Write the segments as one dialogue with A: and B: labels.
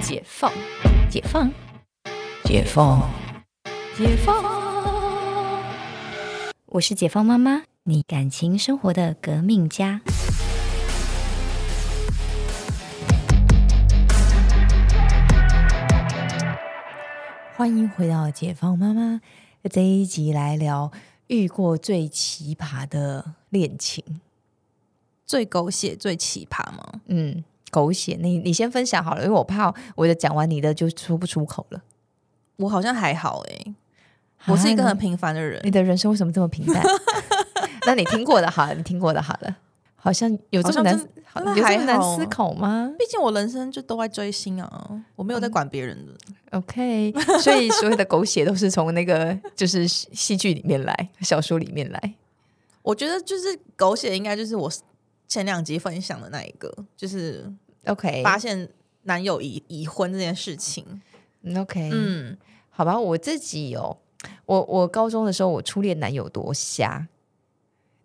A: 解放，解放，解放，解放。
B: 我是解放妈妈，你感情生活的革命家。
A: 欢迎回到解放妈妈这一集来聊遇过最奇葩的恋情。
C: 最狗血、最奇葩吗？
A: 嗯，狗血，你你先分享好了，因为我怕我的讲完你的就说不出口了。
C: 我好像还好哎、我是一个
A: 啊
C: 很平凡的人
A: 你，的人生为什么这么平淡？那你听过的好了，你听过的好了，好像有这么难，好
C: 好像真
A: 有这么
C: 真的还
A: 难
C: 好啊
A: 思考吗？
C: 毕竟我人生就都在追星啊，我没有在管别人的。
A: 嗯 OK，所以所有的狗血都是从那个就是戏剧里面来，小说里面来。
C: 我觉得就是狗血，应该就是我前两集分享的那一个，就是
A: OK，
C: 发现男友已已婚这件事情。
A: 嗯 OK，嗯，
C: 嗯，
A: 好吧，我自己哦，我我高中的时候，我初恋男友多瞎，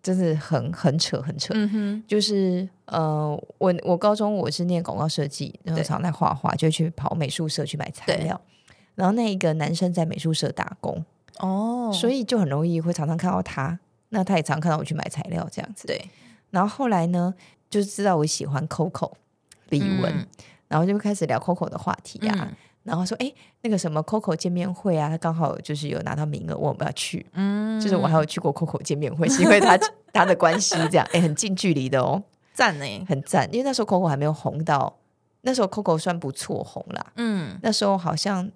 A: 真的很很扯，很扯。
C: 嗯哼，
A: 就是呃，我我高中我是念广告设计，然后
C: 对
A: 常在画画，就去跑美术社去买材
C: 对
A: 料。然后那一个男生在美术社打工，
C: 哦，
A: 所
C: 以
A: 以就很容易会常常看到他。那他也常看到我去买材料这样子。
C: 对，
A: 然后后来呢，就知道我喜欢 Coco 李玟，
C: 嗯
A: 然后就开始聊 Coco 的话题啊。
C: 嗯
A: 然后说，哎，那个什么 Coco 见面会啊，他刚好就是有拿到名额，我们要去。
C: 嗯
A: 就是我还有去过 Coco 见面会，是因为他 他的关系，这样，哎，很近距离的哦，
C: 赞欸呢。
A: 很赞。因为那时候 Coco 还没有红到，那时候 Coco 算不错红啦，
C: 嗯，
A: 那时候好像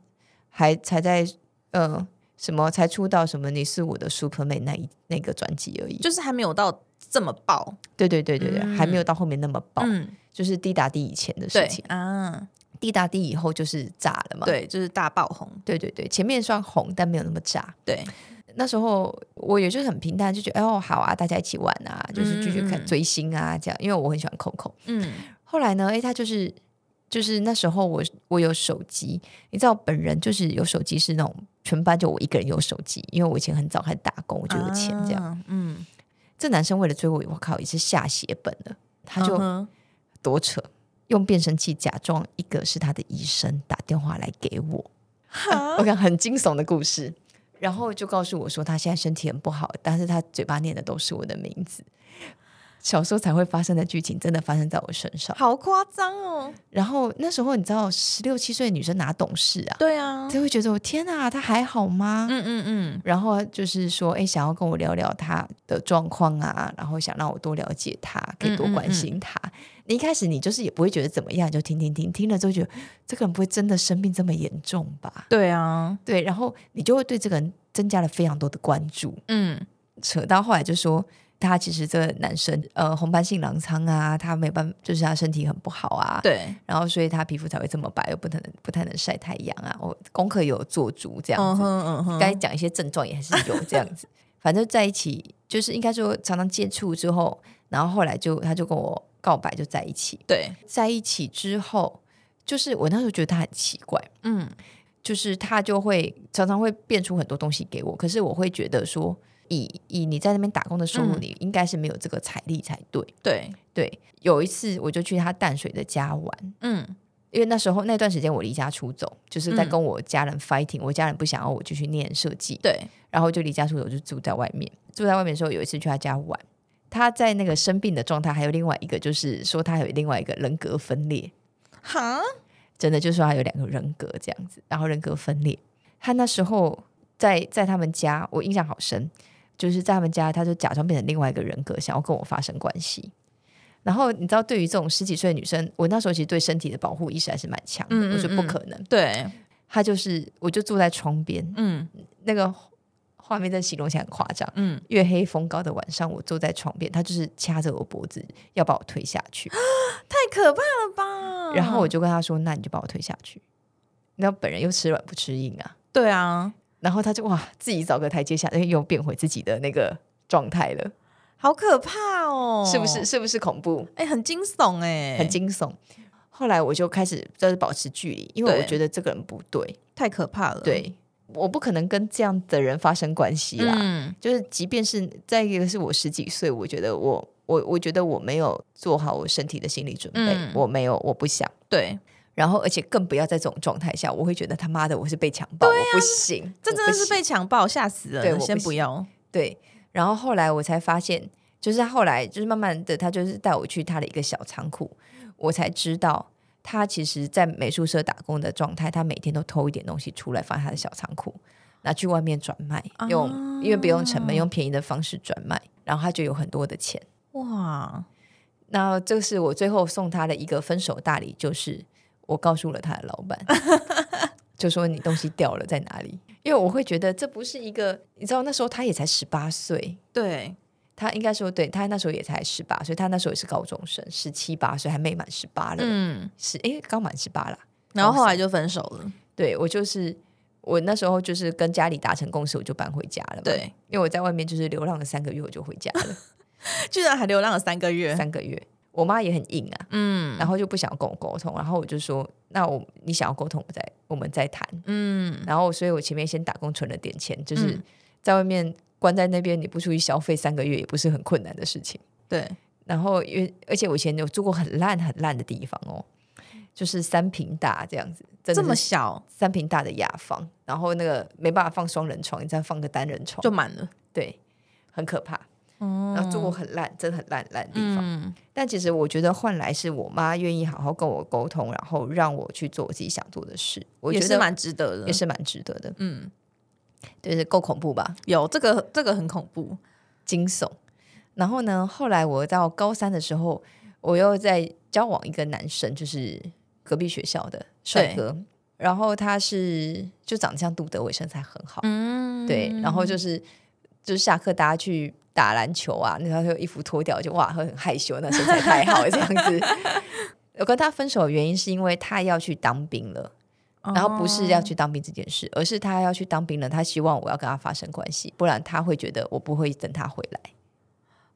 A: 还才在呃什么才出到什么你是我的 Superman 那一那个专辑而已。
C: 就是还没有到这么爆。
A: 对对对对对，还没有
C: 嗯
A: 到后面那么爆。
C: 嗯，
A: 就是滴答滴以前的
C: 对
A: 事情，
C: 啊，
A: 滴答滴以后就是炸了嘛。
C: 对，就是大爆红。
A: 对对对，前面算红，但没有那么炸。
C: 对，
A: 那时候我也就是很平淡，就觉得哎呦好啊，大家一起玩啊，就是继续
C: 嗯嗯
A: 看
C: 嗯
A: 追星啊这样，因为我很喜欢 Coco。
C: 嗯，
A: 后来呢，哎，他就是就是那时候我我有手机，你知道本人就是有手机是那种全班就我一个人有手机，因为我以前很早开始打工，我就有钱这样。
C: 啊。嗯，
A: 这男生为了追我，我靠也是下血本了，他就
C: 嗯哼
A: 多扯，用变声器假装一个是他的医生打电话来给我，啊我看很惊悚的故事。然后就告诉我说他现在身体很不好，但是他嘴巴念的都是我的名字。小说才会发生的剧情真的发生在我身上。
C: 好夸张哦。
A: 然后那时候你知道，十六七岁的女生哪懂事啊？
C: 对啊，
A: 就会觉得我天啊，她还好吗？
C: 嗯嗯嗯，
A: 然后就是说，哎，想要跟我聊聊她的状况啊，然后想让我多了解她，可
C: 嗯
A: 以多关心她。你一开始你就是也不会觉得怎么样，就听听听，听了之后觉得这个人不会真的生病这么严重吧？
C: 对啊，
A: 对，然后你就会对这个人增加了非常多的关注。
C: 嗯，
A: 扯到后来就说，他其实这个男生呃红斑性狼疮啊，他没办法，就是他身体很不好啊，
C: 对，
A: 然后所以他皮肤才会这么白，又不能不太能晒太阳啊。我功课也有做足这样
C: 嗯
A: 子，
C: 哼嗯哼，
A: 该讲一些症状也还是有这样子。反正在一起就是应该说常常接触之后，然后后来就他就跟我告白，就在一起。
C: 对，
A: 在一起之后，就是我那时候觉得他很奇怪，
C: 嗯，
A: 就是他就会常常会变出很多东西给我，可是我会觉得说，以以你在那边打工的收入，
C: 嗯
A: 你应该是没有这个财力才对。
C: 对，
A: 对，有一次我就去他淡水的家玩。
C: 嗯
A: 因为那时候那段时间我离家出走，就是在
C: 嗯
A: 跟我家人 fighting，、我家人不想要我继续念设计，
C: 对，
A: 然后就离家出走，就住在外面。住在外面的时候，有一次去他家玩，他在那个生病的状态，还有另外一个就是说他有另外一个人格分裂，
C: 哈，
A: 真的就是说他有两个人格这样子，然后人格分裂。他那时候在在他们家，我印象好深，就是在他们家，他就假装变成另外一个人格，想要跟我发生关系。然后你知道，对于这种十几岁的女生，我那时候其实对身体的保护意识还是蛮强的，
C: 嗯嗯
A: 我觉得不
C: 嗯
A: 可能。
C: 对，
A: 他就是，我就坐在窗边，
C: 嗯
A: 那个画面真的形容起来很夸张。
C: 嗯，
A: 月黑风高的晚上，我坐在床边，他就是掐着我脖子要把我推下去，
C: 太可怕了吧？
A: 然后我就跟他说：“那你就把我推下去。”那本人又吃软不吃硬啊，
C: 对啊，
A: 然后他就哇自己找个台阶下，哎又又变回自己的那个状态了，
C: 好可怕哦，
A: 是不是？？是不是恐怖？
C: 哎，很惊悚哎，
A: 很，惊悚。后来我就开始就是保持距离，因为
C: 对嗯
A: 我觉得这个人不对，
C: 太可怕了，
A: 对我不可能跟这样的人发生关系啦。
C: 嗯，
A: 就是即便是再一个是我十几岁，我觉得我我我觉得我没有做好我身体的心理准备，
C: 嗯
A: 我没有我不想。
C: 对，
A: 然后而且更不要在这种状态下，我会觉得他妈的我是被强暴，我不行，
C: 啊这
A: 我
C: 真
A: 不
C: 的是
A: 行
C: 被强暴，吓死人
A: 对
C: 了！
A: 我不
C: 先不
A: 行
C: 要，
A: 对。然后后来我才发现，就是他后来就是慢慢的，他就是带我去他的一个小仓库，我才知道他其实在美术社打工的状态，他每天都偷一点东西出来放在他的小仓库，拿去外面转卖，用、因为不用成本，
C: 啊
A: 用便宜的方式转卖，然后他就有很多的钱。
C: 哇，
A: 那这是我最后送他的一个分手大礼，就是我告诉了他的老 板，就说你东西掉了在哪里？因为我会觉得这不是一个，你知道那时候他也才十八岁，
C: 对，
A: 他应该说对他那时候也才十八岁，他那时候也是高中生，十七八岁还没满十八了，
C: 嗯，
A: 是诶，刚满十八啦。
C: 然后后来就分手了，
A: 对我就是我那时候就是跟家里达成共识，我就搬回家了嘛。
C: 对，
A: 因为我在外面就是流浪了三个月，我就回家了
C: 居然还流浪了三个月，
A: 三个月。我妈也很硬啊，
C: 嗯
A: 然后就不想跟我沟通，然后我就说，那我你想要沟通，我再我们再谈。
C: 嗯，
A: 然后，所以我前面先打工存了点钱，就是
C: 嗯
A: 在外面关在那边，你不出去消费三个月也不是很困难的事情。
C: 对，
A: 然后，因为而且我以前有住过很烂很烂的地方哦，就是三平大这样子，真
C: 这
A: 的
C: 么
A: 是
C: 小
A: 三平大的雅房，然后那个没办法放双人床，你再放个单人床，
C: 就满了，
A: 对，很可怕。
C: 哦
A: 然后住过很烂，真的很烂很烂的地方。
C: 嗯
A: 但其实我觉得换来是我妈愿意好好跟我沟通，然后让我去做我自己想做的事，我觉
C: 也
A: 得
C: 是蛮值得的，
A: 也是蛮值得的。
C: 嗯，
A: 就是够恐怖吧，
C: 有这个这个很恐怖，
A: 惊悚。然后呢，后来我到高三的时候，我又在交往一个男生，就是隔壁学校的帅哥，然后他是就长得像杜德伟，身材很好，
C: 嗯
A: 对，然后就是就是下课大家去打篮球啊，那他就衣服脱掉，就哇，会很害羞，那身材太好了这样子。 我跟他分手的原因是因为他要去当兵了，
C: 哦
A: 然后不是要去当兵这件事，而是他要去当兵了，他希望我要跟他发生关系，不然他会觉得我不会等他回来，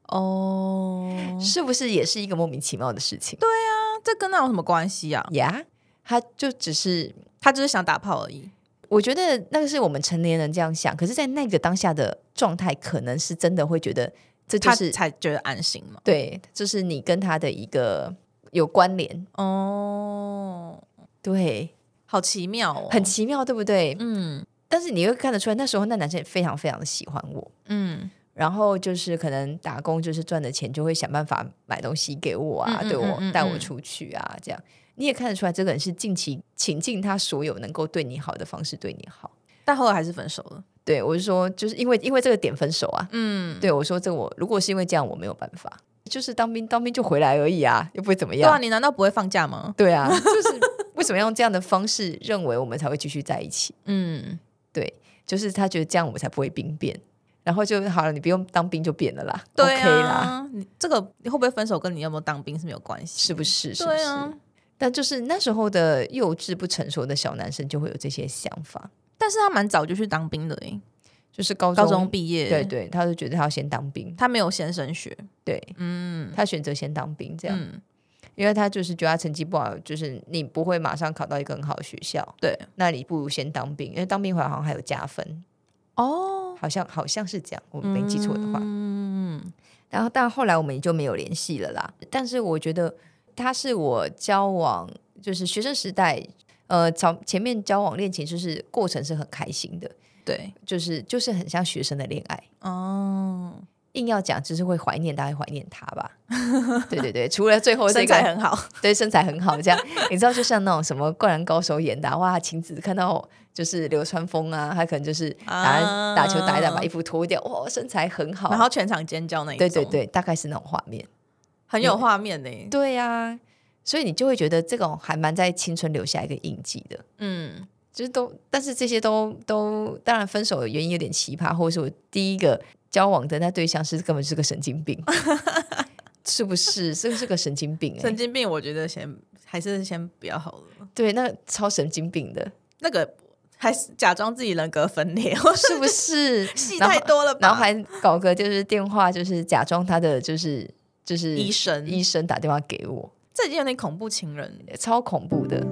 C: 哦，啊
A: 是不是也是一个莫名其妙的事情？
C: 那这跟那有什么关系啊？
A: 对呀，他就只是
C: 他就是想打炮而已，
A: 我觉得那个是我们成年人这样想，可是，在那个当下的状态，可能是真的会觉得这就
C: 他
A: 是
C: 才觉得安心嘛。
A: 对，就是你跟他的一个有关联，
C: 哦，
A: 对，
C: 好奇妙哦，
A: 很奇妙，对不对？
C: 嗯
A: 但是你会看得出来，那时候那男生也非常非常的喜欢我，
C: 嗯，
A: 然后就是可能打工，就是赚的钱就会想办法买东西给我啊，
C: 嗯嗯
A: 对我
C: 嗯嗯
A: 带我
C: 嗯
A: 出去啊，这样你也看得出来，这个人是尽其倾尽他所有能够对你好的方式对你好。
C: 但后来还是分手了。
A: 对我是说，就是因为因为这个点分手啊，
C: 嗯，
A: 对我说这我如果是因为这样，我没有办法，就是当兵当兵就回来而已啊，又不会怎么
C: 对啊，
A: 样。
C: 你难道不会放假吗？
A: 对啊， 就是为什么要用这样的方式认为我们才会继续在一起？
C: 嗯，
A: 对，就是他觉得这样我们才不会兵变，然后就好了，你不用当兵就变了啦
C: 对
A: o k 啦，
C: 啊，你这个你会不会分手跟你有没有当兵是没有关系，
A: 是不是？是不是？
C: 对啊，
A: 但就是那时候的幼稚不成熟的小男生就会有这些想法，
C: 但是他蛮早就去当兵了诶，
A: 就是高中
C: 高中毕业，
A: 对，对，他就觉得他要先当兵，
C: 他没有先升学，
A: 对
C: 嗯，
A: 他选择先当兵这样，
C: 嗯，
A: 因为他就是觉得他成绩不好，就是你不会马上考到一个很好的学校，
C: 对，
A: 那你不如先当兵，因为当兵回来好像还有加分，
C: 哦，
A: 好像好像是这样，我没记错的话。
C: 嗯，
A: 然后但后来我们也就没有联系了啦。但是我觉得他是我交往，就是学生时代，呃，从前面交往恋情就是过程是很开心的，
C: 对，
A: 就是就是很像学生的恋爱。
C: 哦，
A: 硬要讲，就是会怀念，大概怀念他 吧。对对对，除了最后这
C: 身材
A: 个，
C: 很好，
A: 对身材很好，这样你知道，就像那种什么《灌篮高手》演的啊、哇，晴子看到就是流川枫啊，他可能就是打、
C: 啊
A: 打球打一打，把衣服脱掉，哇，身材很好。
C: 然后全场尖叫那一种，
A: 对对，对，大概是那种画面。
C: 很有画面欸呢，
A: 对呀、所以你就会觉得这种还蛮在青春留下一个印记的，
C: 嗯，
A: 就是都，但是这些都都，当然分手的原因有点奇葩，或者是我第一个交往的那对象是根本是个神经 病，是不是？这个是个神经病哎、
C: 神经病，我觉得先还是先不要好了，
A: 对，那个超神经病 的，
C: 那个还是假装自己人格分 裂，我
A: 是不是？
C: 戏
A: 然后
C: 太多了吧，
A: 然后还搞个就是电话，就是假装他的就是就是
C: 医生
A: 医生打电话给我，
C: 这已经有点恐怖情人了。
A: 超恐怖的。